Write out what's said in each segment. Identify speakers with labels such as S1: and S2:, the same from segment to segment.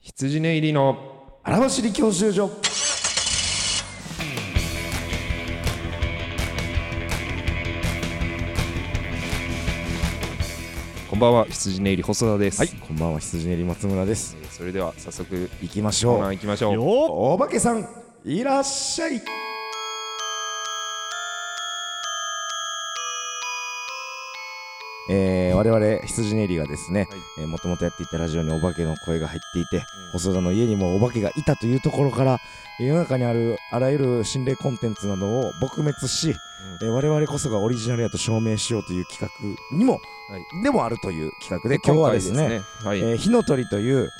S1: 羊寝入りの
S2: 荒走り教習所
S1: こんばんは羊寝入り細田です、
S2: はいこんばんは羊練り松村です
S1: えーそれでは早速
S2: 行きまし
S1: コ
S2: ょ
S1: ーナー
S2: う
S1: 行きましょう
S2: お化けさんいらっしゃいえー、我々羊練りがですね、
S1: はい
S2: えー、もともとやっていたラジオにお化けの声が入っていて、細田の家にもお化けがいたというところから世の中にあるあらゆる心霊コンテンツなどを撲滅し、えー、我々こそがオリジナルやと証明しようという企画にも、
S1: はい
S2: でもあるという企画で今日はですね
S1: 今回ですねはい、
S2: えー火の鳥という、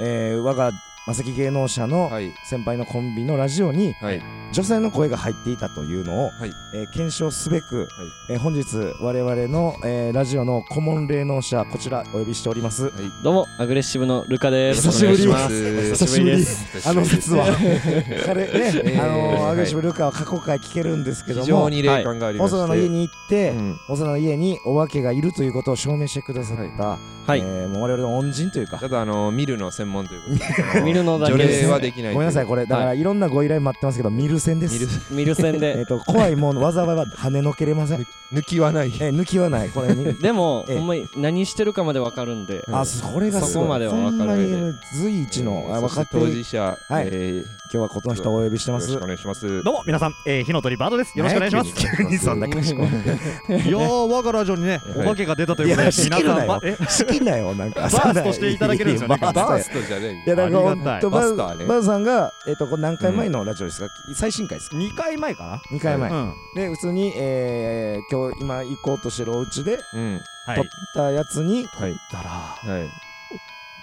S2: えー我がマセキ芸能者
S1: うん
S2: の
S1: はい
S2: 先輩のコンビのラジオに
S1: はい
S2: 女性の声が入っていたというのを、
S1: はい
S2: えー検証すべく、えー本日我々の、えーラジオの顧問霊能者こちらお呼びしております
S3: どうもアグレッシブのルカです。
S2: 久しぶり
S3: お願いします
S2: 久しぶり
S3: です。
S2: あの説 は彼ね、
S1: えー
S2: あのー
S1: はい
S2: アグレッシブルカは過去回聞けるんですけど
S1: 非
S2: も
S1: 常に霊感がありま
S2: 細
S1: して、
S2: 田の家に行って、
S1: うん
S2: 細田の家にお化けがいるということを証明してくださった、
S3: はい
S2: えーもう我々の恩人というか
S1: ただあの見るの専門ということで
S3: 見るのだけ
S1: 除
S3: です
S1: 霊はできない
S2: ごめんなさい
S1: こ
S2: これだからいろんなご依頼待ってますけど見る線です
S1: 見る
S3: ミルセ ン
S2: えっ
S3: で。
S2: と怖いものわざわざ跳ねのけれません。
S1: 抜きはない
S2: え抜きはないこれ に
S3: でも
S2: ええ
S3: ほんまに何してるかまでわかるんで。
S2: あそこれがす
S3: そ
S2: ごい
S3: こまでは分かる
S2: ほ
S3: 上
S2: ん
S3: で
S2: まに随一の
S1: えー
S2: あ
S1: そして
S2: 若手
S1: 当
S2: 今
S1: 事者、
S2: はい
S1: えーよ
S2: 日はこの人をお呼びしてま
S1: ろ
S2: す
S1: しくお願いします
S4: どうも皆さん、えー、火の鳥バードです。よろしくお願いします。
S2: 急にそんな賢い
S4: いやー、我がラジオにね、
S1: はい
S4: お化けが出たということで、
S2: いや仕切るなよ
S4: ばえ
S2: 好きなよなんか
S4: バーストしていただけるんですよね
S2: バ
S1: バー
S2: ース
S1: ストじゃない
S2: トいやだから
S4: あ
S2: ほ
S4: りがた
S2: ん
S4: い
S2: とバ
S1: バ
S2: ー
S1: スターね
S2: バースさんがえっとこれ何回前のラジオですか最新回ですか
S4: 2回前か
S2: 2回
S4: な
S2: 前
S4: うん。
S2: で普通にえー今日今行こうとしてるお家で
S1: うん
S4: は
S2: 撮っ
S4: い。
S2: たやつに
S1: はい
S4: だら、
S1: はい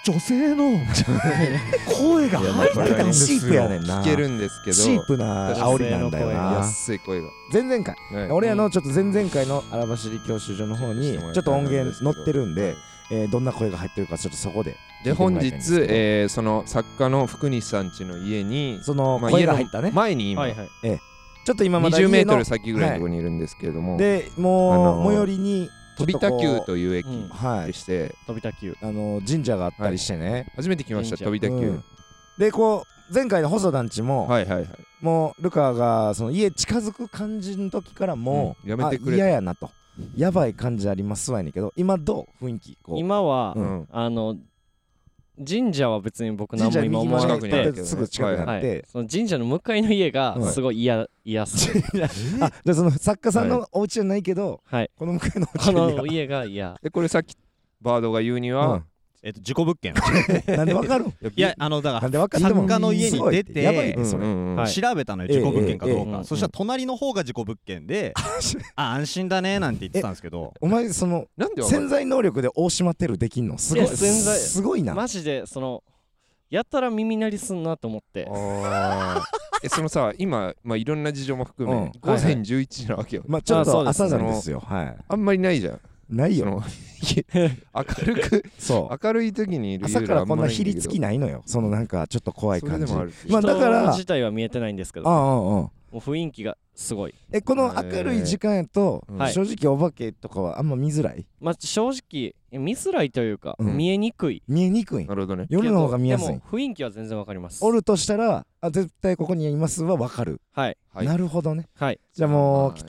S4: 女性 の声が入ってたんです
S2: シ
S4: よ。
S2: ープやねんな
S1: 聞けるんですけど
S2: チープな煽りなんだよな
S1: 安い声が
S2: 前々回
S1: はい
S2: 俺らのちょっと前々回の荒走り教習所の方にちょっと音源載ってるんで、えーどんな声が入ってるかちょっとそこで
S1: で本
S2: 聞
S1: 日
S2: いてもらいたいんですけ、ど
S1: えーその作家の福西さん家の家に、
S2: その
S1: まあ、
S2: 声
S1: 家
S2: が
S1: の
S2: 入ったね、
S1: 前に今、
S3: はいはい。
S2: ちょっと今まだ
S1: 20メ
S2: 家
S1: ート
S2: の
S1: ル先ぐらいのところにいるんですけれども、
S2: でもう、
S1: あのー
S2: 最寄りに
S1: 飛び田急という駅
S3: うん
S2: は
S1: で
S2: い
S1: して、
S3: 飛びた球。
S2: あのー神社があったりしてね、
S1: 初めて来ました
S3: いい
S1: 飛び
S3: ん
S1: 田急、
S2: うんでこう前回の細団地も、
S1: はいはいはい
S2: もうルカがその家近づく感じの時からも
S1: うんやめてくれ
S2: あ
S1: と
S2: 嫌やなとやばい感じありますわやねんけど今どう雰囲気こう
S3: 今は
S2: う
S1: うんん
S3: あの神社は別に僕何
S2: 神社
S3: も
S2: 右
S3: 今思
S2: 回
S3: わ
S1: 近
S2: り
S3: なく
S1: く
S3: て
S1: にあるけどね
S2: すぐ近くにな
S3: は
S2: っ
S3: い
S2: て、。
S3: その神社の向かいの家
S2: は
S3: が
S2: い
S3: すごい嫌 嫌っす。
S2: あじゃあその作家さんのお家じゃないけど、
S3: はい。
S2: この向かいのお家
S3: こ
S2: に
S3: の家が嫌。
S1: でこれさっきバードが言うには、
S4: えっと、事故物
S2: う
S4: 件。
S2: んなんでわかるん
S4: いや、あの、だ
S2: な
S4: か
S2: んでわかる
S4: 作家の家
S2: す
S4: に
S2: ごい
S4: 出て
S2: やばい
S1: うん
S2: ねそれ、
S1: うんうん
S4: ら、
S3: はい
S4: 調べたのよ、
S2: ええ
S4: 事故物件かどう
S3: ええええ
S4: か。そしたら、隣の方が事故物件で、あ、安心だね、なんて言ってたんですけど、
S2: お前その
S1: なんでわかる
S2: 潜在能力で大島テルできんのすごい
S3: いや潜在
S2: すごいな、
S3: マジでそのやったら耳鳴りすんなと思って。
S1: あーえそのさ今、まあ、いろんな事情も含め、
S2: うん
S1: 午前11時なわけよ、
S2: まあちょっ
S3: あそ
S2: と
S3: うです
S2: 朝なんですよはい
S1: あんまりないじゃん
S2: ない
S1: そ
S2: よ
S1: の明るく
S2: そう
S1: 明るい時にいる
S2: 朝からこんなひりつき
S1: な
S2: ないのよそのなんかちょっと怖い
S1: それ
S2: 感
S1: で
S2: じ
S1: もある
S2: まあだから
S3: 人自体は見えてないんですけど、
S2: あ
S3: も
S2: あうんうん
S3: う雰囲気がすごい。
S2: えこの明るい時間やと、
S1: えーはい
S2: 正直お化けとかはあんま見づらい
S3: まあ、正直見づらいというか、
S2: うん
S3: 見えにくい
S2: 見えにくい
S1: なるほどね
S2: 夜の方が見やす
S3: け
S2: い
S3: どでも雰囲気は全然わかります
S2: おるとしたらあ絶対ここにいますはわかる、
S3: はい
S1: はい
S2: なるほどね
S3: はい
S2: じゃあも
S1: ま
S2: う
S1: あ
S2: 期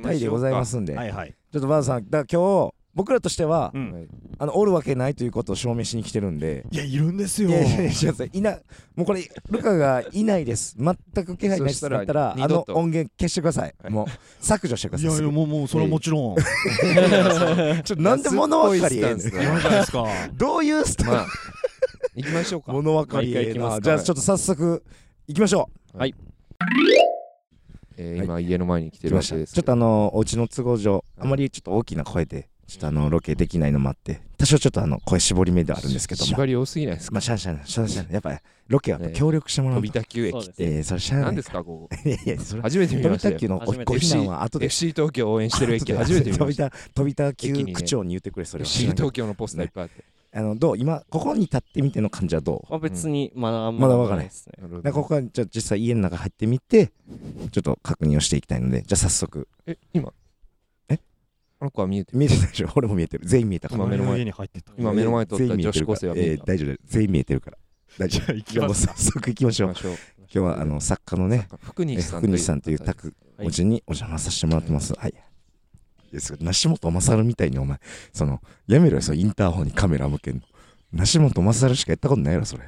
S2: 待大でございますんで、
S4: はいはい。
S2: ちょっとバーさんだから今日僕らとしては、
S4: うん
S1: はい
S2: あのおるわけないということを証明しに来てるんで
S4: いや、いるんです
S2: い
S4: よ。
S2: やいやいやいなもうこれルカがいないです全く気配ないで
S1: そ
S2: す
S1: した
S2: だ
S1: ら
S2: ったらあ
S1: 二
S2: の
S1: 度と
S2: 音源消してください
S1: はい
S2: もう削除してくだ
S4: い
S2: さい
S4: やい
S2: す
S4: や、
S2: ぐ
S4: もう、もう、それはもちろん。
S2: ちょなんで物分かりええねん
S1: 安っぽいスタンスだ
S4: やばいじゃないですか。
S2: どういうスタイル
S1: まあ行きましょうか
S2: 物分かりええ
S3: 毎回行きます
S2: な
S3: か
S2: じゃあちょっと早速行きましょ
S1: えー今家の前に来
S2: う
S1: て
S2: 行き
S1: るわ
S2: まし
S1: け
S2: た
S1: です
S2: ちょっとあのお家の都合上あまりちょっと大きな声でちょっとあのロケできないのもあって多少ちょっとあの声絞り目ではあるんですけども
S1: 縛り多すぎないですか
S2: まあシャンシャンシャンシャンやっぱりロケはやっぱ協力してもら
S1: 飛
S2: う
S1: び
S2: と
S1: 田急
S3: そ
S1: 駅
S3: うです
S2: えーそれシャン
S1: 何ですかここ
S2: いやいやそれ
S1: 初めて見
S2: 飛
S1: ま
S2: び
S1: した
S2: た
S1: よ
S2: 級の
S3: 初めて
S2: ご避難は後で
S1: FC 東京応援してる駅初めて見ま
S2: 飛び
S1: した
S2: た飛びた級
S1: 駅にね
S2: 区長に言ってくれそれは
S1: FC 東京のポスターいっぱいあって
S2: あのどう今ここに立ってみての感じはど
S3: まあ、別にまだあん
S2: まだわ
S3: わ
S2: からない
S3: ですね
S1: なるほ
S2: うなん
S1: ど
S2: かここはじゃあ実際家の中入ってみてちょっと確認をしていきたいのでじゃあ早速
S1: え今
S2: え
S1: あの子は見えてる
S2: 見えてたでしょ 俺も見えてる全員見えたから
S1: 今目の前
S4: 家に入ってった。
S1: 今目の前に撮った
S2: 全員見えてるか
S1: 女子
S2: ら
S1: 高生は見えた
S2: えー大丈夫です全員見えてるから大丈 夫。今日も早速行きましょう。
S1: 行きましょう
S2: 今日はあの作家のね、
S1: 福
S2: え
S1: 西さん
S2: 福西さんという宅おじにお邪魔させてもらってます。はい。いやすごい梨本勝みたいにお前、その、やめろよ、そのインターホンにカメラ向けんの。梨本勝しかやったことないやろ、それ。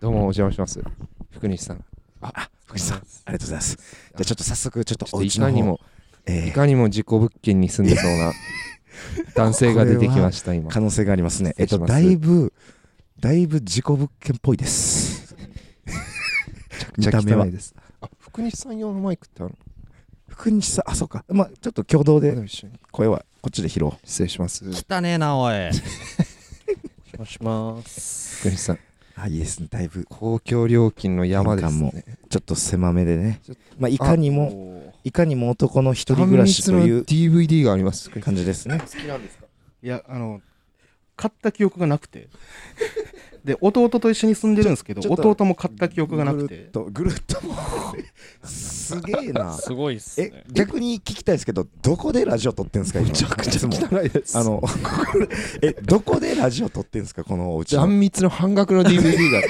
S1: どうもお邪魔します福西さん
S2: あ、福西さん、ありがとうございます。じゃあちょっと早速、ちょっと
S1: ちょっ
S2: お
S1: とい
S2: 家
S1: か
S2: の
S1: に
S2: 方
S1: もい
S2: えー
S1: かにも事故物件に住んでそうな男性が出てきました今
S2: 可能性がありますね。
S1: 失
S2: えっ
S1: 礼し
S2: と、
S1: ます
S2: だいぶ、だいぶ事故物件っぽいです。見た目は
S1: めちゃくちゃ汚いですあ福西さん用のマイクってある
S2: 福西さん、あ、そうか。まあ、ちょっと共同で
S1: の一緒に
S2: 声はこっちで拾おう。
S1: 失礼します
S4: 汚ねえなおい
S3: もします。
S1: 福西さん
S2: あ、いいですね。だいぶ、
S1: 公共料金の山です
S2: なん
S1: ね
S2: ちょっと狭めでね
S1: ちょっと。
S2: まあ、いかにも、
S3: も
S2: いかにも男の一人暮らしと
S1: 単
S2: い
S1: 密
S2: う
S1: の DVD があります福西さ
S2: 感じですね。
S5: いや、あの、買った記憶がなく て。で、弟と一緒に住んでるんですけど
S2: ちょ、ちょっと
S5: 弟も買った記憶がなく
S2: ぐる
S5: て
S2: っ。と、ぐるっともうすげえ
S3: う
S2: な。
S3: すごいっす
S2: え
S3: ね。、
S2: 逆に聞きたいですけど、どこでラジオ撮ってんすか今。めちゃくちゃ
S1: ん汚いです
S2: あの、 これえ、どこでラジオ撮ってんすかこのお家の。
S1: 断密の半額の DVD がある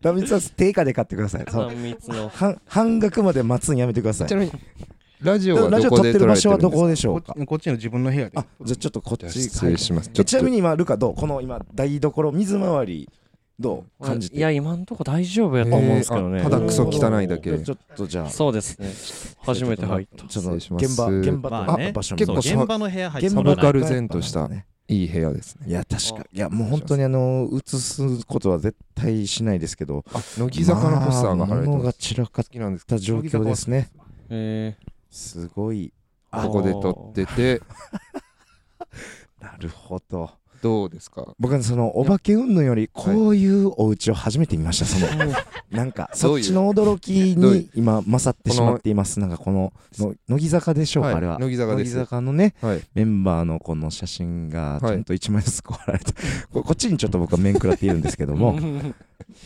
S2: ダメさん、定価で買ってください。そう
S3: 三密の
S2: 半半額まで待つんやめてください
S1: ち。なみに ラジオは
S2: ラジ
S1: どこ
S2: オ撮っ
S1: で
S2: て
S1: 撮
S2: る
S1: ら
S2: 場
S1: れて
S2: 所
S1: る
S2: は
S1: んですか
S2: どこでしょ
S5: こ
S2: う
S5: っ
S2: か
S5: ちこっちの自分の部屋で
S2: あ、じゃあちょっとこっち
S1: 失礼します
S2: えちなみ
S1: に
S2: に今、ルカどうこの今、台所、水回り、どう感じて
S3: いや、今んとこ大丈夫やと思うんですけど
S1: え
S3: ね。
S1: ーあただクソ汚いだけ
S2: じゃあちょっとじゃあ、
S3: そうですね。初めて入った。
S2: ちょっ
S1: 失
S2: と
S1: 礼します
S2: 現場、現場と
S4: まあね
S2: あ場所
S4: そ
S1: 結
S4: う
S1: 構さ
S4: 現場の部屋入って
S2: 現
S4: た
S1: サ
S2: 場
S4: も
S1: ブカ
S4: な
S1: ル然とした
S2: ね
S1: いい部屋ですね
S2: いや、確か。いや、もう本当にあの、映すことは絶対しないですけど、
S1: あ乃木坂のポスターが貼られて
S2: まあ
S1: ま
S2: 物
S1: す
S2: が散らかっ
S1: 好きなんです
S2: た状況ですね。
S3: え
S2: すごい。
S3: ー
S1: ここで撮ってて
S2: なるほど。
S1: どうですか
S2: 僕はそのお化け云々よりこういうお家を初めて見ましたそのなんか
S1: ど
S2: そうっ
S1: いう
S2: ちの驚き
S1: どういう
S2: に今勝ってしまっていますなんかこのの乃木坂でしょう
S1: は
S2: か
S1: い
S2: あれは
S1: 乃木坂です
S2: 乃木坂のね
S1: はい
S2: メンバーのこの写真がち
S1: はい
S2: ゃんと一枚ずつこう貼られてここっちにちょっと僕は面食らっているんですけども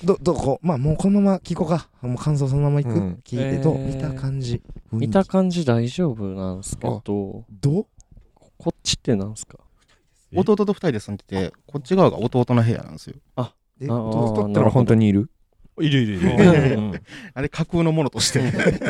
S2: どどこうまあもうこのまま聞こうかもう感想そのままいく
S1: うん
S2: 聞いてどう
S3: えー
S2: 見た感じ雰囲気
S3: 見た感じ大丈夫なんですけど、
S2: どう
S3: こっちってなんす か
S4: え
S5: 弟と二人で住んでて、こっち側が弟の部屋なんですよ。
S1: え
S3: あー
S1: 撮った
S3: なるほ
S1: ら
S3: ど
S1: 本当にいる
S4: いるいるいる
S3: うんうん
S5: あれ、架空のものとして。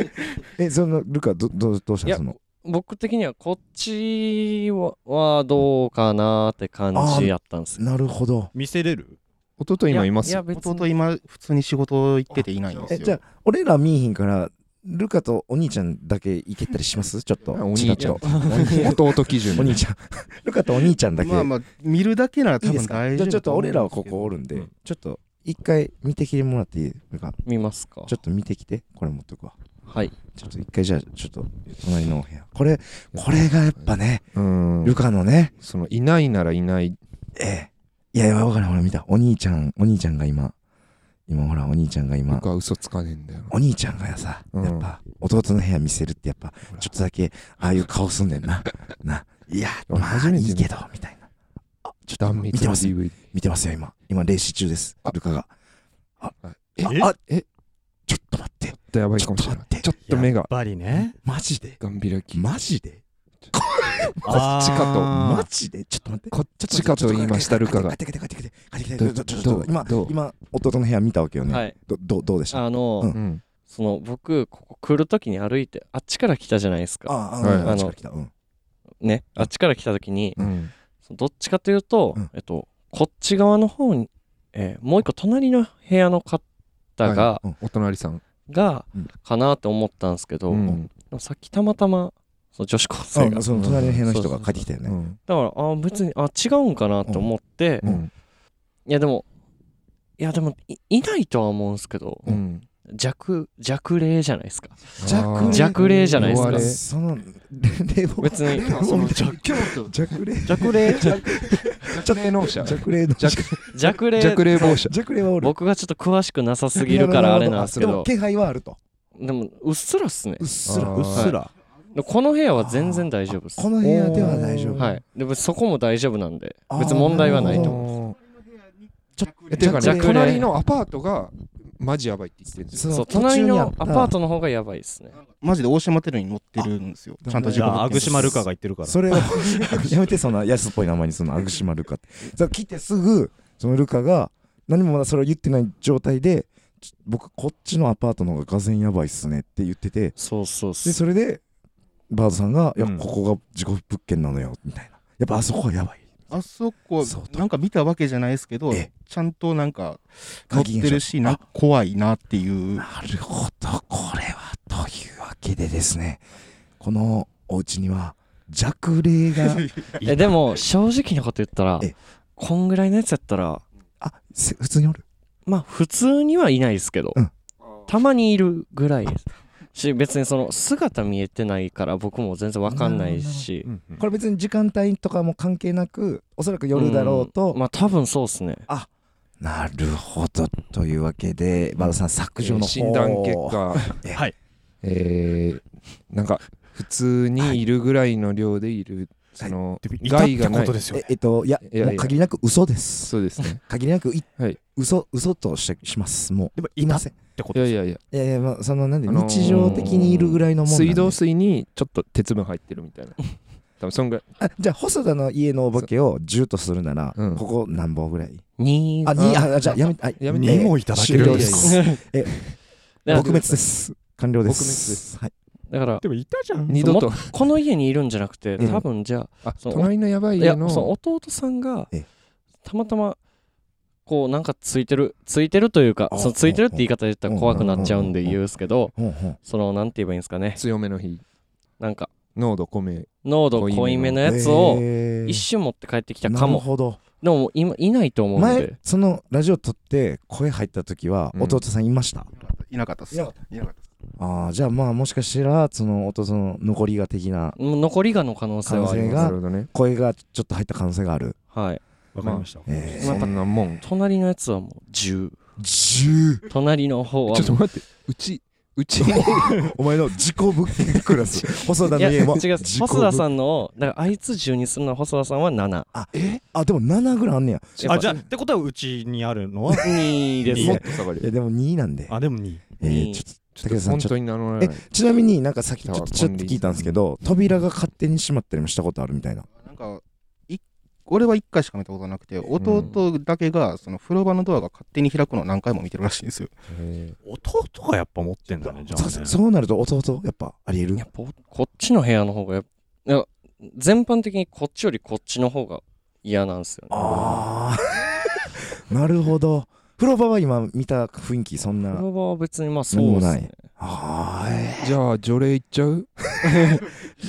S2: えそのルカどどうどうし
S3: い
S2: た
S3: や
S2: その
S3: 僕的にはこっちははどうかなーって感じやったんですよ
S2: なるほど
S4: 見せれる
S1: 弟今います
S3: やや別
S5: 弟
S3: に
S5: 今、普通に仕事行ってていないんです
S2: え
S5: よ。
S2: じゃあ俺ら見えひんからルカとお兄ちゃんだけ行けたりしますちょっと
S1: あお兄ちゃん
S2: チラッと
S1: 弟基準
S2: お兄ちゃんルカとお兄ちゃんだけ、
S5: まあまあ、見るだけなら
S2: い
S5: 多
S2: いで
S5: 分
S2: すか
S5: 大
S2: じ
S5: 丈
S2: ゃあ
S5: 夫
S2: ちょっと俺らは
S5: だ
S2: こ
S5: 思うんですけど
S2: こおるんで、
S1: うん
S2: ちょっと一回見てきてもらっていいルカ
S3: 見ますか
S2: ちょっと見てきてこれ持っとくわ
S3: はい
S2: ちょっと一回じゃあちょっと隣のお部屋これこれがやっぱね、
S1: うん
S2: ルカのね
S1: そのいないならいない
S2: ええいやいや分からんほら見たお兄ちゃんお兄ちゃんが今今ほらお兄ちゃんが今
S1: 僕は嘘つかねえんだよ
S2: お兄ちゃんがさ、
S1: うん
S2: やっぱ弟の部屋見せるってやっぱちょっとだけああいう顔すんね んなないや
S1: 俺
S2: まあ
S1: 初めて
S2: い
S1: 見
S2: い
S1: た
S2: けどみたいなあちょっと
S1: 断
S2: 見
S1: 密
S2: て
S1: の
S2: ますよ
S1: DVD
S2: 見てますよ今今霊視中です
S1: あ
S2: ルカがあ
S1: はい
S2: ああ
S1: え
S2: ちょっと待って
S1: やばい
S2: ち
S1: か
S2: ょ
S1: も
S2: っと
S1: しれ
S2: 待
S1: ない
S2: って
S1: ちょっと目が
S4: バリね
S2: マジで
S1: ガン開き
S2: マジで
S4: こ
S1: っちかと
S2: マジでちょっと待って
S1: こっちかと言いましたルカが
S2: 帰ってきて帰ってきて帰ってきて帰
S1: ど
S2: ってきてちょっとちょ
S1: どう
S2: っと今
S1: どう
S2: 今弟の部屋見たわけよ
S3: は
S2: ね
S3: い
S2: どどうどうでしたあ
S3: あの、
S2: うん
S1: うん
S3: その僕ここ来る時に歩いてあっちから来たじゃないですか
S2: あ
S1: は
S2: あ
S1: い
S2: の
S3: あ
S2: あ
S3: の
S2: の来たうん
S3: ねあっちから来た時に、
S1: うん
S3: そのどっちかというと、
S2: うん
S3: えっとこっち側の方に、えーもう一個隣の部屋の方が、
S1: はお隣さん
S3: が、
S2: うん
S3: かなって思ったんですけど、
S1: うん
S3: でもさっきたまたまその女子高生が
S2: あその隣の部屋の人が帰ってきたよ
S1: う
S2: ね
S1: ん
S3: だからあ別にあ違うんかなと思って、
S1: うん
S3: いやでもいやでもいいないとは思うんですけど、
S1: うん
S3: 弱弱霊じゃないですか
S2: 弱
S1: あー
S2: 霊
S3: 弱霊じゃないですか
S1: 弱霊
S2: その冷房
S3: 別に
S2: その弱霊
S3: 弱霊
S1: 弱霊能者
S2: 弱霊の
S3: 弱霊
S1: 弱霊防者
S2: 弱霊はおる
S3: 僕がちょっと詳しくなさすぎるからあれなんですけ
S2: でも
S3: ど
S2: 気配はあると
S3: でもうっすらっすね
S2: うっす
S1: あー
S2: ら
S4: うっすら
S3: この部屋は全然大丈夫です
S2: この部屋では大丈夫
S3: はいでもそこも大丈夫なんで
S2: あー
S3: 別に問題はないと思う
S1: 思
S2: ちょ
S1: うてかね
S3: 弱霊
S1: 隣のアパートがマジやばいって言ってるんですよ
S3: そう隣のアパートの方がやばいですね
S5: マジで大島テルに乗ってるんですよ。ちゃんと
S4: じ
S5: 自己
S4: ゃあア
S5: 物
S4: グ
S5: 件
S4: シマルカが言ってるから
S2: それを やめてそんな安っぽい名前にするのアグシマルカってそう来てすぐそのルカが何もまだそれを言ってない状態でち僕こっちのアパートの方ががぜんやばいっすねって言ってて
S3: そうそう
S2: で
S3: そ
S2: それでバードさんが「いや
S1: うん
S2: ここが事故物件なのよ」みたいなやっぱあそこはやばい
S5: あそこ
S2: そう、だ
S5: なんか見たわけじゃないですけど、
S2: ええ
S5: ちゃんとなんか、乗ってるし、
S2: 鍵
S5: な
S2: が
S5: んか怖いなっていう。
S2: なるほどこれはというわけでですねこのお家には弱霊が
S3: うえでも正直なこと言ったら
S2: え
S3: こんぐらいのやつやったら
S2: あせ普通におる
S3: まあ普通にはいないですけど、
S2: うん
S3: たまにいるぐらいですし別にその姿見えてないから僕も全然わかんないし
S1: うんうん
S2: これ別に時間帯とかも関係なくおそらく夜だろうと、
S3: んまあ多分そうっすね
S2: なるほどというわけでバドさん削除の方、
S1: 診断結果
S2: え
S4: はい
S1: えーなんか普通にいるぐらいの量でいる、その
S6: でもいたっ
S1: 害
S6: て
S1: がな
S6: こ
S1: い
S6: とですよ
S2: え
S6: ね。
S2: えっといや
S1: いやいや
S2: もう限りなく嘘です
S1: そうですね
S2: 限りなくい、
S1: はい
S2: 嘘嘘としてしますも
S4: でも
S2: うい
S4: いた
S2: ま
S4: っ
S2: せん
S4: てこ
S1: い
S4: と
S1: や
S4: です
S1: い
S4: よ
S1: やいや
S2: いやいやまあそのなんで
S1: あのー
S2: 日常的にいるぐらいのもんなんで
S1: 水道水にちょっと鉄分入ってるみ たいな多分そんぐらい
S2: あじゃあ細田の家のお化けを10とするなら、
S1: うん
S2: ここ何本ぐらい
S3: 2
S2: あにあじゃあやめあ
S1: やめ
S6: 2もいただけるんですか
S2: 終了です
S3: いや
S2: 撲滅です完了で
S1: 撲滅で
S2: す
S1: す
S2: はい、
S3: だから
S6: でもいたじゃん。
S1: 二度と
S3: この家にいるんじゃなくて
S2: うん
S3: 多分じゃあ
S1: あ
S3: そう
S1: 隣のやばい
S3: いや
S1: 家
S3: そ
S1: の
S3: の弟さんが
S2: ええ
S3: たまたまこうなんかついてるついてるというか
S2: あ
S3: そのついてるって言い方で言ったら怖くなっちゃうんで
S2: うんうんうんうん
S3: 言うんですけど
S2: ほんほん
S3: そのなんて言えばいいんですかね
S1: 強めの日
S3: なんか
S1: 濃度米
S3: 濃度濃いめのやつを
S2: えー
S3: 一瞬持って帰ってきたか
S2: なる
S3: も
S2: ほど
S3: でももう今いないと思うん
S2: 前
S3: で
S2: そのラジオ撮って声入った時は
S1: うん
S2: 弟さんいました、
S5: いなかったっす。
S2: いなか
S5: いなかったっす。
S2: ああじゃあまあもしかしたらその弟の残りが的な
S3: もう残りがの可能性はあり
S2: 可能性
S3: ま
S2: が
S1: なるほどね
S2: 声がちょっと入った可能性がある、
S3: すはい
S6: わかりました。
S2: え
S3: まあ
S1: そんなもん
S3: 隣のやつはもう10
S2: 10
S3: 隣の方は
S1: ちょっと
S3: も
S1: 待ってうちうち
S2: お前の自己物件クラス細田
S3: ういや
S2: の
S3: 違
S2: 家
S3: う
S2: も
S3: 細田さんのをだからあいつ10にするのは細田さんは7
S2: あでも7ぐらいあんねや
S3: やっぱ
S4: あじゃあってことはうちにあるのは
S3: 2です
S2: も
S3: ね
S2: っ
S1: 下が
S2: いやでも2なんで
S4: あでも2
S2: えー、
S3: に
S2: ちょっ
S1: ちょっ
S2: 武田
S1: と
S2: さん
S1: 本
S2: ちょっと
S1: 当に名乗らない
S2: とちなみになんかさっきちょっ
S1: 北
S2: と
S1: は
S2: ちょっと聞いたんですけど扉が勝手に閉まったりもしたことあるみたいな
S5: なんか、い俺は一回しか見たことなくて、弟だけが、その風呂場のドアが勝手に開くのを何回も見てるらしいんですよ。
S1: え
S4: 弟がやっぱ持ってんだねじゃあ
S2: そう
S4: ね
S2: そうなると弟やっぱありえる
S3: やっぱこっちの部屋の方がやっぱいや全般的にこっちよりこっちの方が嫌なんですよね
S2: ああなるほど風呂場は今見た雰囲気そん
S3: 風
S2: な
S3: 呂場は別にまあそうです
S2: なんも
S3: ね
S2: なはー
S1: ーじゃあ除霊いっちゃ う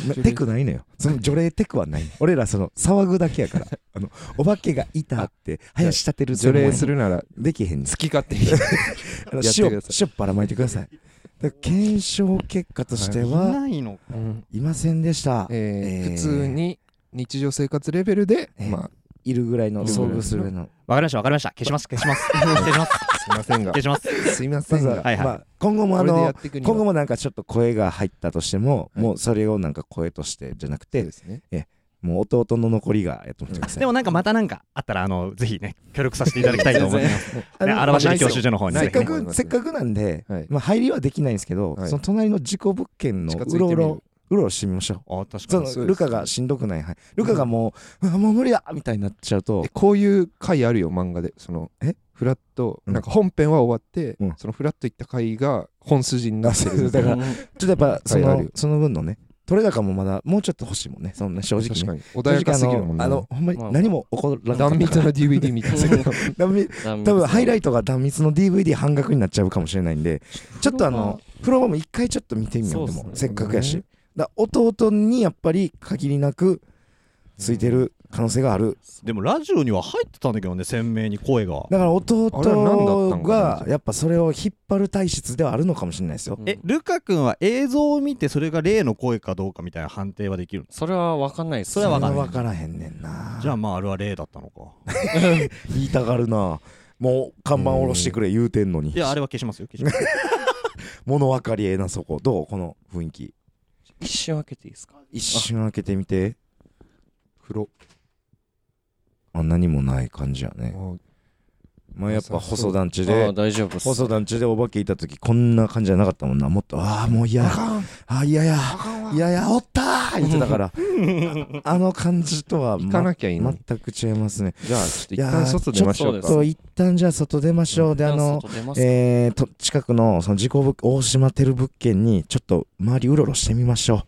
S2: いなテクないのよその除霊テク はない俺らその騒ぐだけやからあのお化けがいたって林立てる
S1: 除霊す
S2: る
S1: るなら
S2: できへんねん
S1: 好き勝手に
S2: あの
S1: やってく
S2: 塩
S1: ださい
S2: 塩ばらまいてくださいだから検証結果として
S4: い
S2: は
S4: ないのか
S2: いませんでした、
S1: え
S2: えー
S1: ー普通に日常生活レベルで
S2: えー
S1: まあ
S2: いるぐらいの
S1: いるぐら
S2: 遭
S1: いの
S2: 遇するの
S4: わかりましたわかりました消します消します消します
S1: すいませんが
S4: 消します
S1: すいませ
S2: ま
S1: ん
S2: ず
S1: が
S2: は、
S4: はいはい
S2: まあ、今後もあ
S1: これでや
S2: の
S1: っていくには
S2: 今後もなんかちょっと声が入ったとしても、
S1: はい
S2: もうそれをなんか声としてじゃなく
S1: そ
S2: て
S1: うですね
S2: もう弟の残りがやってみてください。
S4: でもなんかまたなんかあったらあのぜひね協力させていただきたいと思います
S2: あ
S4: ね
S2: の
S4: 荒走り教習所の方に
S1: な
S2: せっ
S1: い
S4: ぜひ
S2: か
S4: ね
S1: と思いま
S2: く
S1: す
S2: せっかくなんで、
S1: はい
S2: まあ入りはできないんですけど、
S1: はい
S2: その隣の事故物件の
S1: 近づいて
S2: う
S1: みる
S2: ろうろうろうろしてみましょう。
S4: あ確か
S2: そ
S4: に
S1: そう
S2: の
S1: です
S2: ルカがしんどくない、はい、ルカがもう、うわもう無理だみたいになっちゃうと
S1: え、こういう回あるよ漫画でその
S2: え
S1: フラット
S2: うん
S1: なんか本編は終わって、
S2: うん
S1: そのフラット行った回が本筋にな
S2: あ
S1: って
S2: そ
S1: る
S2: う だから
S3: うん
S2: ちょっとやっぱそ
S1: はいある
S2: の
S1: よ
S2: その分のね取れ高もまだもうちょっと欲しいもんねそんな正直
S1: 確か
S2: ね
S1: に穏やかすぎるもんね
S2: 正直あのあのほんま
S3: まあ
S2: に何も起こら
S1: 断
S2: なかった
S1: 密
S2: から
S1: の DVD みたい な
S2: 断密多分ハイライトが断密の DVD 半額になっちゃうかもしれないんでちょっとあのフローも一回ちょっと見てみようで
S3: そう
S2: も
S3: っす
S2: せ
S3: ね
S2: っかくや
S1: う
S2: しだ弟にやっぱり限りなくついてる可能性がある
S4: でもラジオには入ってたんだけどね鮮明に声が
S2: だ
S1: あ
S2: から
S1: れは何だった
S2: 弟
S1: んかな
S2: がやっぱそれを引っ張る体質ではあるのかもしれないですよ
S3: うん
S4: えルカ君は映像を見てそれが例の声かどうかみたいな判定はできるんです
S3: それは分かんないです
S4: それは分かんない
S2: 分からへんねんな
S4: じゃあまああれは例だったの か
S2: 言いたがるなもう看板下ろしてくれ言うてんのに
S4: いやあれは消しますよ消します
S2: 物分かりええなそこどうこの雰囲気
S3: 一瞬開けていいですか
S2: 一瞬開けてみて
S1: 黒
S2: あ何もない感じやねまあやっぱ細団地
S3: あ
S2: で
S3: あ大丈夫っす
S2: 細団地でお化けいた時こんな感じじゃなかったもんなもっとああもう嫌やああ嫌や嫌やおったー言ってたから あの感じとは
S1: 行かなきゃいいの
S2: 全
S1: に
S2: く違いますね
S1: じゃあちょっと
S2: い
S1: 一旦外出
S2: やー
S1: ましょう
S3: ち
S1: か
S3: ょっ
S2: そう一旦じゃあ外出ましょうであの
S3: 外出ますか
S2: えー、と近くのその事故物大島テル物件にちょっと周りうろうろしてみましょ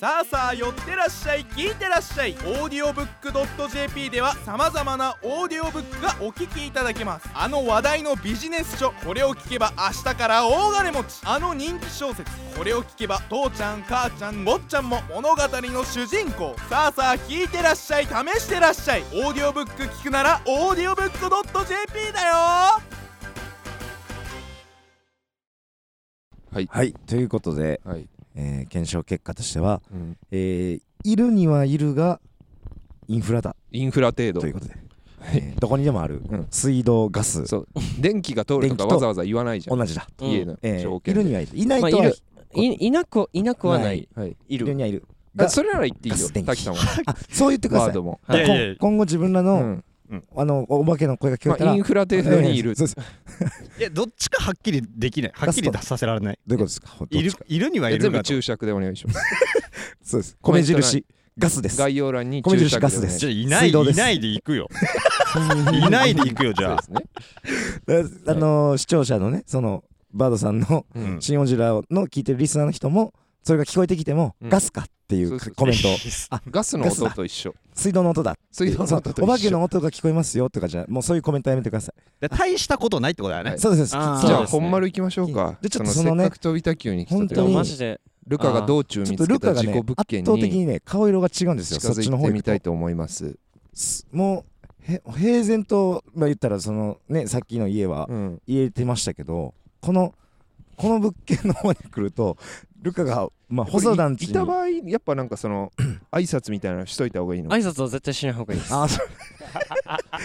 S7: さあさあ寄ってらっしゃい聞いてらっしゃいオーディオブックドット JP ではさまざまなオーディオブックがお聞きいただけますあの話題のビジネス書これを聞けば明日から大金持ちあの人気小説これを聞けば父ちゃん母ちゃん坊ちゃんも物語の主人公さあさあ聞いてらっしゃい試してらっしゃいオーディオブック聞くならオーディオブックドット JP だよ
S1: はい、
S2: うはいということで、
S1: はい
S2: えー検証結果としては、
S1: うん
S2: えーいるにはいるがインフラだ
S1: インフラ程度
S2: ということで、えーどこにでもある、
S1: うん
S2: 水道ガス
S1: そう電気が通るとか
S2: 電気と
S1: わざわざ言わないじゃん
S2: 同じだ、
S3: うん
S1: 家の
S2: えー
S1: 条
S2: い
S1: 件
S2: る
S1: で
S2: にはいるいないとは、
S3: まあいる
S2: こ
S3: いいなくいなくはな
S2: ない
S3: い
S1: はい
S3: い
S2: いる
S3: る
S2: にはいる
S1: あ
S2: が
S1: それなら言っていい
S2: ガ
S1: よ
S2: ス電気
S1: 滝さん は
S2: あそう言ってくだ
S1: ワ
S2: さ
S1: ー
S2: い
S1: ドも
S3: はい
S4: いやいやいや
S2: こ今後自分らの,、
S1: うん
S2: あのお化けの声が聞こ
S1: ま
S2: えたら、
S1: あインフラ程度にいる
S2: そうですど
S4: いやどっちかはっきりで きないはっきり出させられないう
S2: いうことですかどっ
S4: いる
S2: ちか
S4: いるにはい
S1: 全
S4: る
S1: 部
S4: がと
S1: 注釈でお願いします
S2: そうです米印ガスです
S1: 概要欄に
S2: 米
S1: 注
S2: 印
S1: 釈
S2: ガスです
S4: じゃあいない
S2: 水
S4: い
S2: 道です
S4: ないで行くよいないで行くよじ
S1: そ
S4: ゃ
S1: う
S4: あ
S1: ですね
S2: だ あのー視聴者のねそのバードさんの
S1: う
S4: うん
S1: ん
S2: 「シン・オジラ」の聞いてるリスナーの人もそれが聞こえてきても、
S1: うん
S2: ガスかってい
S1: そううそうそう
S2: コメントを
S1: ガスの音と一緒
S2: 水道の音だ
S1: 水道の音
S2: そ
S1: と
S2: う
S1: 一緒
S2: お化けの音が聞こえますよとかじゃもうそういうコメントはやめてください、
S4: で大したことないってことだよね
S1: はい
S2: そうです
S3: あー
S1: じ
S2: そうで
S1: ゃ
S3: そう
S1: あ
S3: ですね
S1: 本丸行きましょうか
S2: でちょっとそのね
S1: せっかく飛びた急に来た
S2: 本
S1: と
S2: 当
S1: い
S2: に
S1: う
S3: マ
S1: か
S3: ジで
S1: ルカが道中
S2: すち
S1: 見
S2: ょっと
S1: つけ
S2: ルカ
S1: た
S2: が
S1: 事
S2: ね
S1: 故
S2: 圧
S1: 物件
S2: 倒的
S1: に
S2: にね顔色が違うんですよ
S1: 近
S2: そっち
S1: づ
S2: の
S1: いて
S2: 方行
S1: み
S2: くと
S1: たいと思います
S2: すもうへ平然と、まあ、言ったらそのねさっきの家は
S1: うん
S2: 言えてましたけどこのこの物件の方に来るとルカが、まあ、細団地
S1: い
S2: に
S1: た場合やっぱなんかそ の挨拶みたいなのしといた方がいいの
S3: 挨拶は絶対しない方がいいです
S2: あそう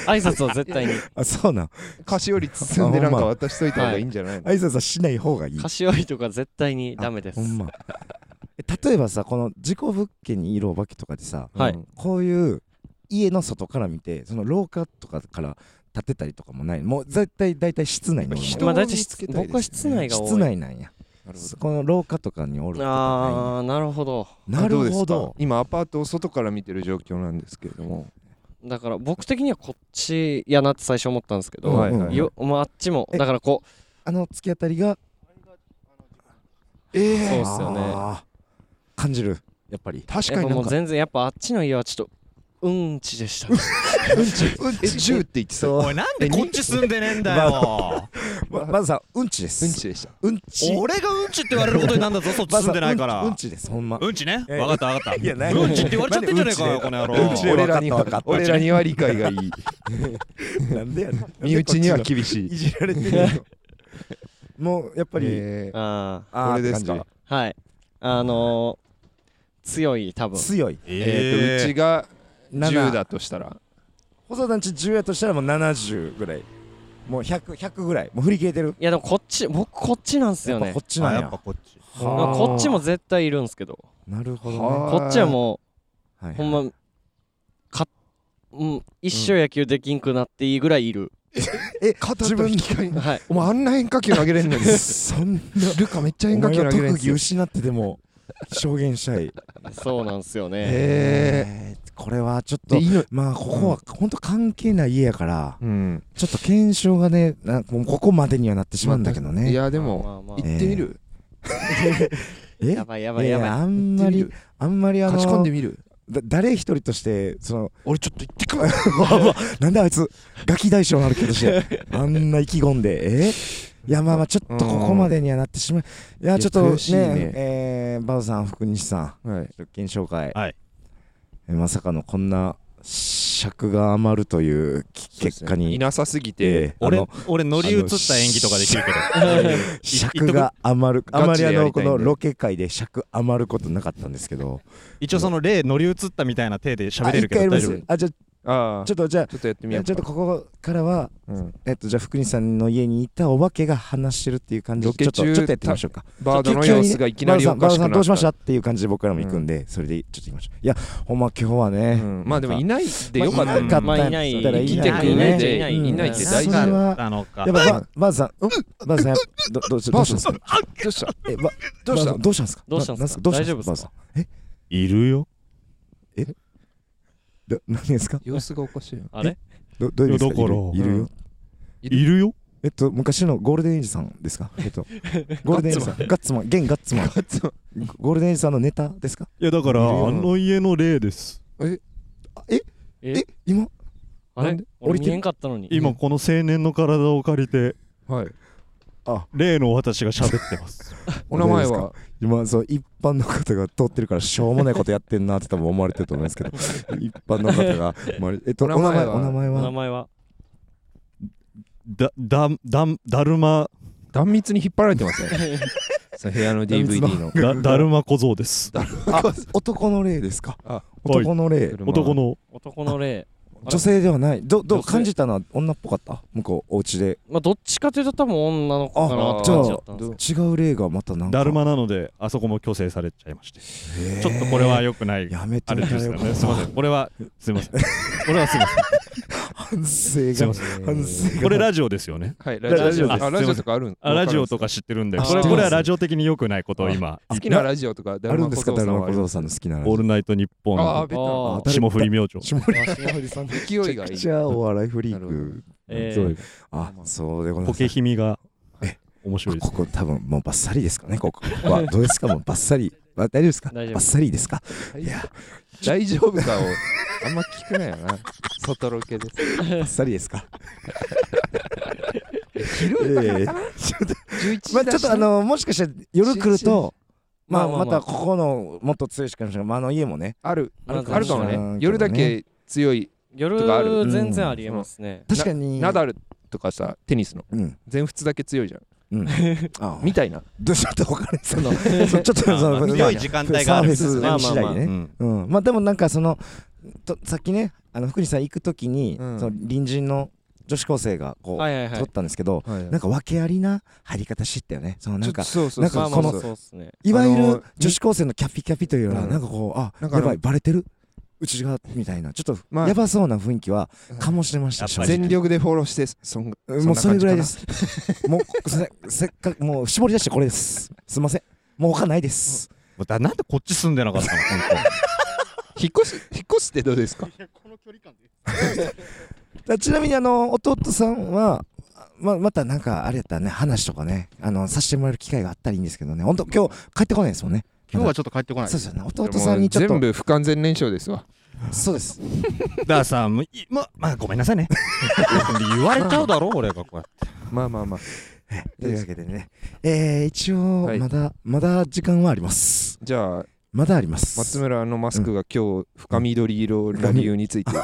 S3: 挨拶は絶対に
S2: あそうなん
S1: 菓子より包んでなん
S2: あ
S1: か
S2: ほんま
S1: 渡しといた方がいいんじゃないの
S2: 挨拶はしない方がいい
S3: 菓子折りとか絶対にダメです
S2: ほんまえ例えばさこの事故物件にいるお化けとかでさ
S3: はい
S1: うん
S2: こういう家の外から見てその廊下とかから立てたりとかもないもう絶対大体室内におる
S1: 人
S3: まあ大
S1: を見
S3: 体
S1: つけた
S3: 室
S1: いですね
S3: 僕は室内が多い
S2: 室内なんや
S1: なるほど
S2: この廊下とかにおること
S3: ああなるほど
S2: ないな
S1: う
S2: る
S1: です
S2: ほ
S1: か
S2: ど
S1: 今アパートを外から見てる状況なんですけれども
S3: だから僕的にはこっちやなって最初思ったんですけ
S2: うん
S3: ど、
S1: はいはい
S3: よまあ、あっちも
S2: え
S3: だからこ
S2: あの突き当たりが
S1: え
S3: うそうっすよね
S2: あー感じるやっぱり
S1: 確か
S3: やっぱ
S1: になん
S3: もう
S1: か
S3: 全然やっぱあっちの家はちょっとうんち でしたね
S1: え10って言ってた
S4: おいなんでこっち住んでねえんだ よ
S2: ままずさんうんちで
S1: うん
S2: す
S1: ちでした
S2: うんち
S4: 俺がうんちって言われることになんだ ぞそっち住んでないから
S2: まずさうんうんちですほんま
S4: うんちね
S2: え
S4: わかったわかっ
S2: いやな
S4: た
S2: い
S4: うんちって言われちゃってんじゃねえかよこの野郎
S2: うんちで
S1: 俺らに
S2: わかっ
S1: は
S2: たわかった
S1: 俺らには理解がいい
S2: なんでやねん
S1: 身内には
S2: なんでこ
S1: 厳し
S2: っちがい
S1: い
S2: じられてるよもうやっぱり、
S1: えー
S3: あ
S2: あー
S1: これですか
S2: って
S3: あはいあのー、強い多
S2: 感
S3: 分
S2: じ強い
S1: えーとうちが10
S2: 7
S1: だとしたら
S2: 細田団地10やとしたらもう70ぐらいもう100100ぐらいもう振り切れてる
S3: いやでもこっち僕こっちなんです
S2: や
S3: よ
S2: っぱ
S3: ね
S2: こっち
S4: あ
S2: なん
S4: やっ
S2: や
S4: ぱこっち
S2: はあ
S3: こっちも絶対いるんですけど
S2: なるほどね
S1: は
S3: こっちはも
S2: は
S3: う
S2: い
S3: ほんまかうん、一生野球できんくなっていいぐらいいる、
S1: え肩
S2: 自
S1: と
S2: 分
S1: 引き換えに
S3: はい
S1: お前あんな変化球投げれんのに
S2: そん な
S1: ルカめっちゃ
S2: お
S1: 変化
S2: 前
S1: 球投
S2: が
S1: げれん
S2: 特
S1: す
S2: 技
S1: よ
S2: 失ってでも証言したい
S3: そうなんですよね
S1: へ
S2: えーこれはちょっ
S1: え
S2: と
S1: でいいの
S2: まあここは本当関係ない家やから
S1: うん
S2: ちょっと検証がねなんかもうここまでにはなってしまうんだけど
S1: い
S2: ね
S1: やで
S3: ま
S1: も
S3: あまあま
S1: 行
S3: あ
S1: ってみる
S2: え
S3: やばいやば
S2: い
S3: い
S2: やい
S3: やばい
S2: やあんま
S1: 行っ
S2: り
S1: てみる
S2: あんまりあ
S1: 勝ち込ん
S2: の
S1: でみる
S2: だ誰一人としてその
S1: 俺ちょっと行ってくる
S2: わわなんであいつガキ大将の歩き 方してあんな意気込んでえいやまあまあちょっとここまでにはなってしまういやちょっと
S1: いや
S2: ね
S1: 悔しいね
S2: えーバオさん福西さん
S1: はい
S2: 物件紹介、
S4: はい
S2: えまさかのこんな尺が余るというき結果
S1: い
S2: に、
S1: なさすぎ
S2: え
S1: て
S2: ーあ
S4: 俺
S2: の
S4: 俺乗り移った演技とかできるけど
S2: 尺が余るあま
S1: ガチ
S2: り
S1: でや
S2: あの
S1: り
S2: こ
S1: たいんで
S2: のロケ会で尺余ることなかったんですけど
S4: 一応その例乗り移ったみたいな体で喋れるけ
S2: あ
S4: ど
S2: 一回やり
S4: 大丈
S2: ま
S4: 夫
S2: すあじゃあ
S1: ああ
S2: ちょっとじゃあ
S1: ちょっとやってみ
S2: ちょ
S1: よ
S2: っ
S1: うか
S2: とここからは
S1: うん
S2: えっとじゃあ福西さんの家にいたお化けが話してるっていう感じ
S1: ロ
S2: で
S1: ケ
S2: ちょ
S1: 中
S2: っとちょっとやってみましょうか
S1: バードの様子がいきなりおか
S2: バード
S1: しく
S2: さ
S1: なっ
S2: ん
S1: た
S2: どうしましたっていう感じで僕からも行くんでそれでちょっと行きましょういやほんま今日は
S1: う
S2: ね
S1: んまあでもいないでよかった
S2: ま
S1: よね
S2: あまあ
S3: いない
S2: だったらいいな
S3: 生きてく上でいない
S2: うん
S1: いないって大事
S2: それは
S4: なのか
S2: やっぱババードさんバードさんやっぱどどうしどうしたんですか
S1: どうした
S2: えば
S1: どうした
S2: バードさんどうしたんですか
S3: どうしたんですか
S2: なな
S3: 大丈夫ですか
S2: バードさん
S4: いるよ
S2: ど何ですか
S1: 様子がおかしいよ
S3: あれ
S2: どどういう意味ですか
S4: いや
S2: い
S4: だ
S2: る
S4: か
S2: い
S4: ら
S2: る
S1: う
S2: よ
S1: ん
S4: いるよ
S2: えっと昔のゴールデンエイジさんですかえ っとゴールデンエイジさんガッツマン現ガッツマンゴールデンエイジさんのネタですか
S4: いやだから
S1: いるよ
S4: あの家の霊です
S2: あえ
S3: え
S2: え今
S3: あ
S2: なん
S3: れ
S2: で降
S3: 俺
S2: りて
S3: 見えんかったのに
S4: 今この青年の体を借りて
S1: はい
S4: 霊の私が喋ってます
S1: お名前
S2: どうです
S1: は
S2: 今そう一般の方が通ってるからしょうもないことやってんなって多分思われてると思うんですけど 一般の方がまあえっとお
S1: お名
S2: 名
S1: 前
S2: 前
S1: は
S2: お名前
S3: お名
S2: は
S3: 前は
S4: だだだだるま
S1: 断密に引っ張られてます ねその部屋の DVD の
S4: だだるま小僧です
S2: あ男の霊ですか
S1: あ
S2: 男の霊
S1: 車
S4: 男の
S3: 男の霊あ
S2: 女性ではないどどう
S3: 女性
S2: 感じたのは女っぽかった向こうお家で
S3: まあどっちかというと多分女の子かなって
S1: じゃあ
S3: 感じだったんです
S2: 違う霊がまたなんか
S4: だるまなのであそこも虚勢されちゃいまして
S2: へー
S4: ちょっとこれは良くない
S2: やめて
S4: あれですよねすいませんこれはすいませんこれはすいません
S2: 反省
S4: すい
S2: が
S4: ま
S2: 反省が
S4: これラジオですよね
S1: はい
S4: ラ
S1: ラジ
S4: ジオ
S1: オ
S4: で
S1: ですすあラジオとかあるん
S4: あラジオ
S1: わか
S4: とか知ってるんで
S1: あ
S4: これ
S1: 知ってます
S4: これはラジオ的に良くないことを今
S1: るんです好きなラジオとか
S2: あるんですかだ
S1: だ
S2: る
S1: る
S2: ま
S1: ま
S2: 小
S1: 小僧
S2: 僧さんの好きな
S4: 「
S2: 話
S4: オールナイトニッポン」
S1: さんああ
S4: の
S1: ベタな
S3: あー
S4: 霜降り明星
S2: 下振
S1: 勢いがいい
S2: じゃあお笑いフリーク
S3: え
S4: そう
S3: ー
S4: いう
S2: あそうでございま
S4: ポ
S2: す
S4: ケヒミが
S2: え
S4: 面白いで
S2: こ
S4: す
S2: こ多分もうバッサリですかねここはどうですかもうバッサリあ大丈夫ですか
S3: 大丈夫
S2: バッサリですか
S1: いや大丈夫かをあんま聞くなよ な外ロケです
S2: バッサリです か
S1: 昼
S2: ええ
S1: 11時
S2: まあちょっとあのもしかしたら夜来るとまあ
S3: ま
S2: ま
S3: あまあまあ
S2: たここのもっと強いしかもしれないまああの家もね
S1: あるあ
S3: なん
S1: る
S3: か
S1: かも
S2: 知らんけどね
S1: ね夜だけ強いとかある
S3: 夜全然ありえますね
S2: 確かに
S1: ナダルとかさテニスの
S2: うん
S1: 全仏だけ強いじゃん
S2: うんあ
S1: みたいな
S2: どうしようって分からないそ のそうちょっとそ
S4: まあま
S2: のま
S4: あ
S2: あ
S4: 強い時間帯があるんですね
S2: サーフェス次第でね
S4: うん
S2: うん、まあでもなんかそのとさっきねあの福西さん行く時に、
S1: うん
S2: その隣人の女子高生がこう、
S3: はいはいは
S2: 撮
S3: い
S2: ったんですけど
S1: な
S2: なんか訳ありな入り方してたよねそのなんか
S1: そうそう
S2: なん
S1: そ
S2: か
S1: う
S3: ま
S1: そ
S3: あま
S1: の
S3: あそうっすね
S2: いわゆ
S1: あの
S2: る女子高生のキャピキャピというような、
S1: うん
S2: なんかこうあ
S1: なんかあ
S2: や
S1: の
S2: ばいバレてるうちがみたいなちょっと、
S1: まあ
S2: やばそうな雰囲気は
S1: うん
S2: 醸してました正直
S1: 全力でフォローしてそんん
S2: もう
S1: な感じかな
S2: それぐらいですもうせ せっかくもう絞り出してこれですすいませんもう他ないです、
S4: もうだなんでこっち住んでなかったの本
S1: 引っ越し引っ越すってどうですか
S2: だちなみにあの弟さんはままたなんかあれやったらね話とかねあのさせてもらえる機会があったらいいんですけどね本当今日帰ってこないですもんね
S5: 今日はちょっと帰ってこない
S2: そうですよね弟さんにちょ
S1: 全
S2: っと
S1: 部不完全燃焼ですわ
S2: そうです
S4: 当だからさもういままあごめんなさいね言われちゃうだろ俺がこうやって
S1: まあまあまあ
S2: というわけでねえー、一応
S1: はい
S2: まだ、まだ時間はあります
S1: じゃあ
S2: まだあります
S1: 松村のマスクが今日深緑色な理由について
S2: いや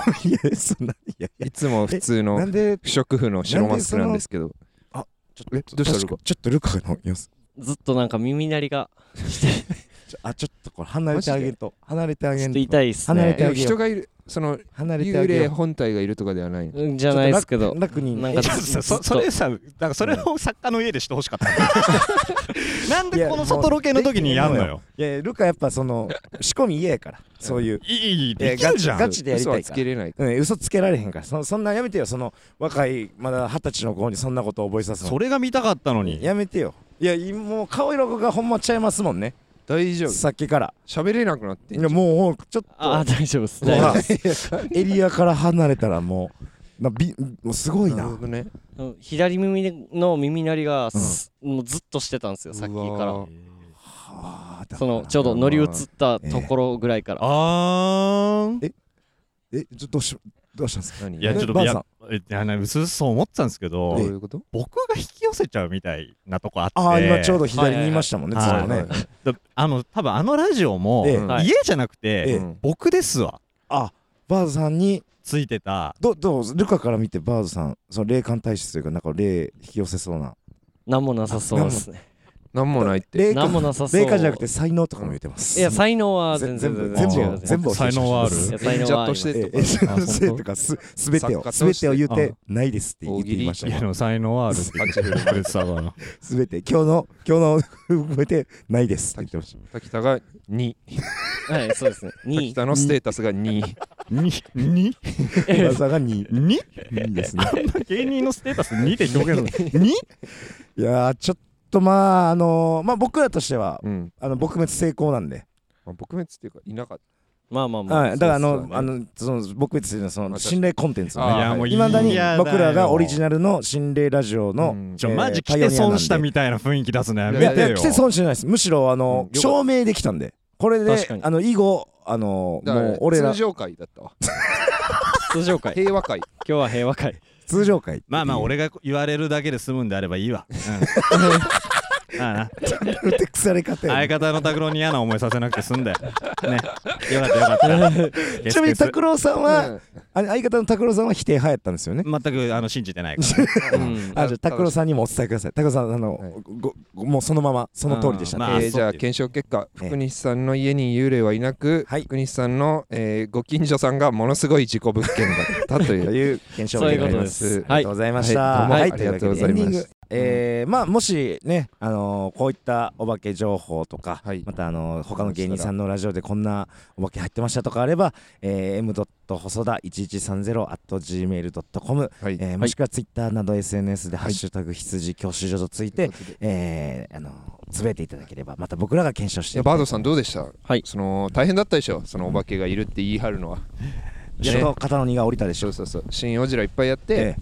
S2: そんないやい
S1: いつも普通
S2: やな
S1: の
S2: んで
S1: 不織布の白マスクなんですけど
S2: なんでそのあ
S1: ちょっとえどうしたル
S2: 確
S1: カ
S2: かちょっとルカの様子
S3: ずっとなんか耳鳴りが
S2: ちょあちょっとこれ離れてあげると離れてあげ
S3: ちょ
S2: ると
S3: っと痛いっす
S2: 離れて
S1: で
S3: ね
S2: あ
S1: も
S2: げよう
S1: 人がいるその
S2: 離れてあ
S1: 幽
S2: げ
S1: 霊
S2: よう
S1: 本体がいるとかではない
S3: うんじゃないっすけ
S2: ち
S3: ど
S2: ょっと楽楽に
S3: なんか
S4: ちょっとさそそれさなんかそれを作家の家でしてほしかった なんでこの外ロケの時にやんのよ
S2: いやいやルカやっぱその仕込み家やからそういう
S4: いい
S2: いや
S4: できるじゃん
S2: ガチでやりたいか
S1: 嘘はつ
S2: ら
S1: けれない
S2: うん、嘘つけられへんからそそんなやめてよその若いまだ二十歳の子にそんなこと覚えさせ
S4: そ
S2: る
S4: れが見たかったのに
S2: やめてよいやいもう顔色がほんまちゃいますもんね
S1: 大丈夫
S2: さっきから
S1: 喋れなくなって
S2: い
S1: んじゃ
S2: や
S1: ん
S2: もうちょっ
S3: ああ
S2: と
S3: 大丈夫っす
S2: ほ
S3: 大丈夫
S2: らエリアから離れたらもうなびもうすごい
S1: なる
S2: な
S1: ほどね
S3: うん左耳の耳鳴りがす、もうずっとしてたんですよさっきから
S2: はあだから
S3: そのちょうど乗り移ったところぐらいから、
S4: あーん
S2: えちょどうしどうしたんですか
S1: 何
S4: いや
S2: ね
S4: ちょ
S2: ば
S4: っと
S2: あ
S4: い
S2: さん
S4: やえいやなうすうすそう思ってたんですけ
S1: ど
S4: ど
S1: ういうこと
S4: 僕が引き寄せちゃうみたいなとこあって
S2: ああ今ちょうど左にいましたもんねず
S4: はい
S2: っ
S4: はい
S2: と
S4: はい
S2: ね
S4: だあの多分あのラジオも、
S2: ええ
S3: はい
S4: 家じゃなくて、
S2: ええ
S1: うん
S4: 僕ですわ
S2: あバードさんに
S4: ついてた
S2: どどうルカから見てバードさんその霊感体質というかなんか霊引き寄せそうな
S3: 何もなさそうですね
S1: なんもないって
S2: 霊
S3: な
S2: 感
S3: んもなさそう
S2: 霊感じゃなくて才能とかも言ってます
S3: いや才能は全
S2: 全
S3: 然
S2: 部
S6: 全
S2: 全
S6: 部
S2: 部全部
S6: 才能はある
S3: いや才
S1: 演
S3: 能
S1: 者と
S3: はありま
S1: し
S3: す
S1: てと
S2: え
S1: か
S2: え先
S6: あ本
S2: 生
S6: 当
S2: とかす全てを
S1: 作家として
S2: 全てを言ってないですって言っていました
S6: いや
S2: ね
S6: でも才能はあるって言ってくれてたから
S2: 全て今日の今日の含めてないですって言ってました
S1: 滝田が2
S3: はいそう ですね
S1: 滝
S3: 2
S1: 田のステータスが2
S4: 2
S2: 噂が2
S4: 2
S2: ですね
S4: 芸人のステータス2って表現する 2?
S2: いやーちょっとまああのーまあ僕らとしては
S1: うん
S2: あの撲滅成功なんで、
S1: まあ撲滅っていうかいなかっ
S3: まあまあまあ
S2: はい、だからあ
S1: そう
S2: の
S1: っすよね
S2: あのその撲滅っていうのはそ
S1: ま
S2: の
S1: あ
S2: 心霊コンテンツ
S1: あ
S2: の
S1: ー
S2: ね
S1: はいい
S2: いまだに
S4: 嫌だよ
S2: 僕らがオリジナルの心霊ラジオ
S1: た
S2: の、
S1: うん
S4: ちょ、
S2: えー
S4: マジ来
S2: パイオ
S4: て
S2: ニアなんで
S4: 損したみたいな雰囲気出すのや
S1: い
S4: め
S1: や
S2: いや
S4: てよ
S2: 来て損してないですむしろあの、
S1: うんよかった
S2: 証明できたんでこれで
S3: 確かに
S2: あの以後あの
S1: だ
S2: も
S1: か
S2: う俺
S1: ら
S2: ら
S1: 通常会だったわ
S3: 通常会今
S1: 平和会
S3: 日は平和会
S2: 通常会
S4: まあまあ俺が言われるだけで済むんであればいいわ、うんああな
S2: うてくされ方やな
S4: 相方の拓郎に嫌な思いさせなくて済ん だよ。ね。よかったよかった。
S2: ちなみに
S4: 消す
S2: 拓郎さんは、
S1: うん
S2: あ相方の拓郎さんは否定派やったんですよね
S4: 全くあの信じ てないから。
S3: うん
S2: あじゃあ拓郎さんにもお伝えください拓郎さんあの、
S1: はい
S2: ごごもうそのままその通りでしたね、
S4: うんまあ
S1: えー
S4: そう
S1: じゃあ
S4: っていう
S1: 検証結果
S2: ええ
S1: 福西さんの家に幽霊はいなく、
S2: はい
S1: 福西さんの、えーご近所さんがものすごい事故物件だったとい
S2: と
S1: う
S2: いう検証
S3: そういう
S2: に
S3: こ
S2: なり
S3: と
S2: ま
S3: ですす
S2: あ
S3: は
S2: りが
S3: い
S2: とうございました。
S1: はいどうも
S2: はい
S1: ありがとうございました
S2: エンディングえーまあもしね、あのーこういったお化け情報とか、
S1: はい
S2: またあのー他の芸人さんのラジオでこんなお化け入ってましたとかあれば、えー、m. 細田1130 at gmail.com、
S1: はい
S2: えーもしくはツイッターなど SNS でハッシュタグ羊教習所とついて、えーあのーつぶやいていただければまた僕らが検証し
S1: い
S2: て
S1: や
S2: いきた
S1: バ
S2: い
S1: ードさんどうでした、
S3: はい
S1: その大変だったでしょそのお化けがいるって言い張るのは、
S2: ちょっと肩の荷が下りたでし
S1: そ
S2: ょ
S1: うそうそう新オジラいっぱいやって、
S2: え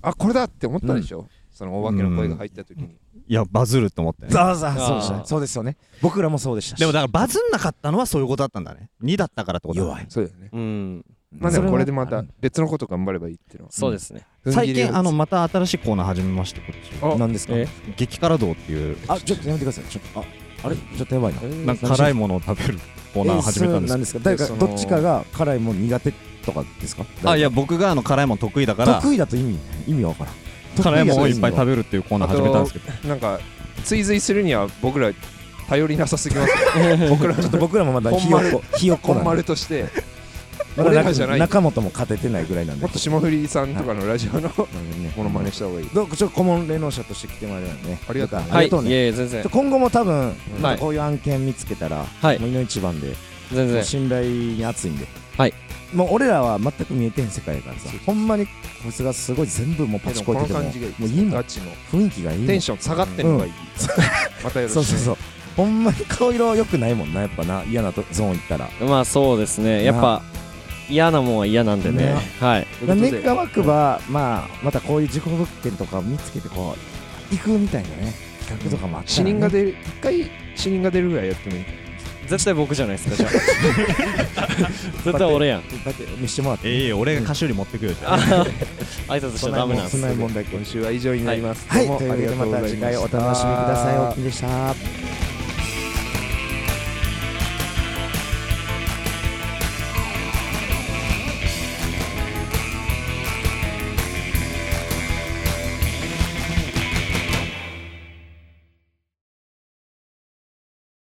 S1: あこれだって思ったでしょ、そのお化けの声が入った時に、
S4: いや、バズると思って、
S2: えあーそうそうでした
S3: あー
S2: そうですよね僕らもそうでしたし
S4: でもだからバズんなかったのはそういうことだったんだね。2だったからってことだ
S2: 弱い
S1: そうだよね
S3: うん
S1: まあでもこれでま
S2: う
S1: た
S2: ん
S1: 別のこと頑張ればいいっていうのは
S3: そうですね
S4: 最近、あの、
S1: ま
S4: また新しいコーナー始めまして、今年
S1: あ
S2: 何ですか
S3: え
S4: 激辛道っていう、
S2: あちょっとやめてくださいちょっとああれちょっとやばいな
S4: なんか辛いものを食べるコーナー始めたん
S2: えーそうな
S4: です
S2: ん
S4: よ
S2: ですか誰か
S1: その
S2: どっちかが辛いもん苦手とかですか
S4: あ、いや、僕があの辛いもの得意だから、
S2: 得意だと意味意味は分からん
S4: 辛いものをいっぱい食
S2: べ
S4: べるっていうコーナー始めたんですけど、
S1: なんか追随するには僕ら頼りなさすぎますよ僕ら
S2: ちょっと僕らもまだひよっこひよっこ
S1: 本
S2: なん
S1: 丸
S2: で
S1: として
S2: まだ
S1: 俺らじゃない
S2: 中本も勝ててないぐらいなんで
S1: もっと霜降りさんとかのラジオの
S2: なるほどね
S1: ものまねした方がいい
S2: どうちょっと顧問霊能者として来てもらえるのでね
S1: ありがとう
S2: よかったあ
S3: は
S2: り
S3: い
S2: がとう
S3: い
S2: ね
S3: えいえ全然
S2: ちょ今後も多分
S3: はい
S2: こういう案件見つけたら
S3: はい
S2: もういの一番で
S3: 全然
S2: 信頼に熱いんで
S3: はい
S2: もう俺らは全く見えてへん世界やからさほんまにこいつがすごい全部もうパチ
S1: で
S2: コ
S1: も
S2: い
S1: こ
S2: て
S1: の
S2: てもも
S1: 感じがいいう
S2: いいもん
S1: ガチの
S2: 雰囲気がいいもん
S1: テンション下がってんのがいい、またよろしく
S2: そ
S1: ね
S2: うそうそうほんまに顔色良くないもんなやっぱな嫌なとゾーン行ったら
S3: まあそうですねやっぱ嫌なもんは嫌なんでね
S2: な
S3: はい
S1: ということで
S2: 願わくば、まあまたこういう事故物件とかを見つけてこう行くみたいなね企画とかもあった
S1: 死
S2: ら、ね、
S1: 人が出る一回死人が出るぐらいやってもいい
S3: 絶対僕じゃないですかじゃあ絶対俺やん
S2: だって見してもらって
S4: ええ、俺が菓子より持ってくるじゃん。
S3: 挨拶しちゃダメなんです
S2: そんな問題
S1: 今週は以上になります、
S2: はい
S1: どう
S2: と
S1: も
S2: いう
S1: あ
S2: こ
S1: りが
S2: とで
S1: と
S2: ま
S1: うござい
S2: た
S1: ました
S2: 次回お楽しみくださいおきでした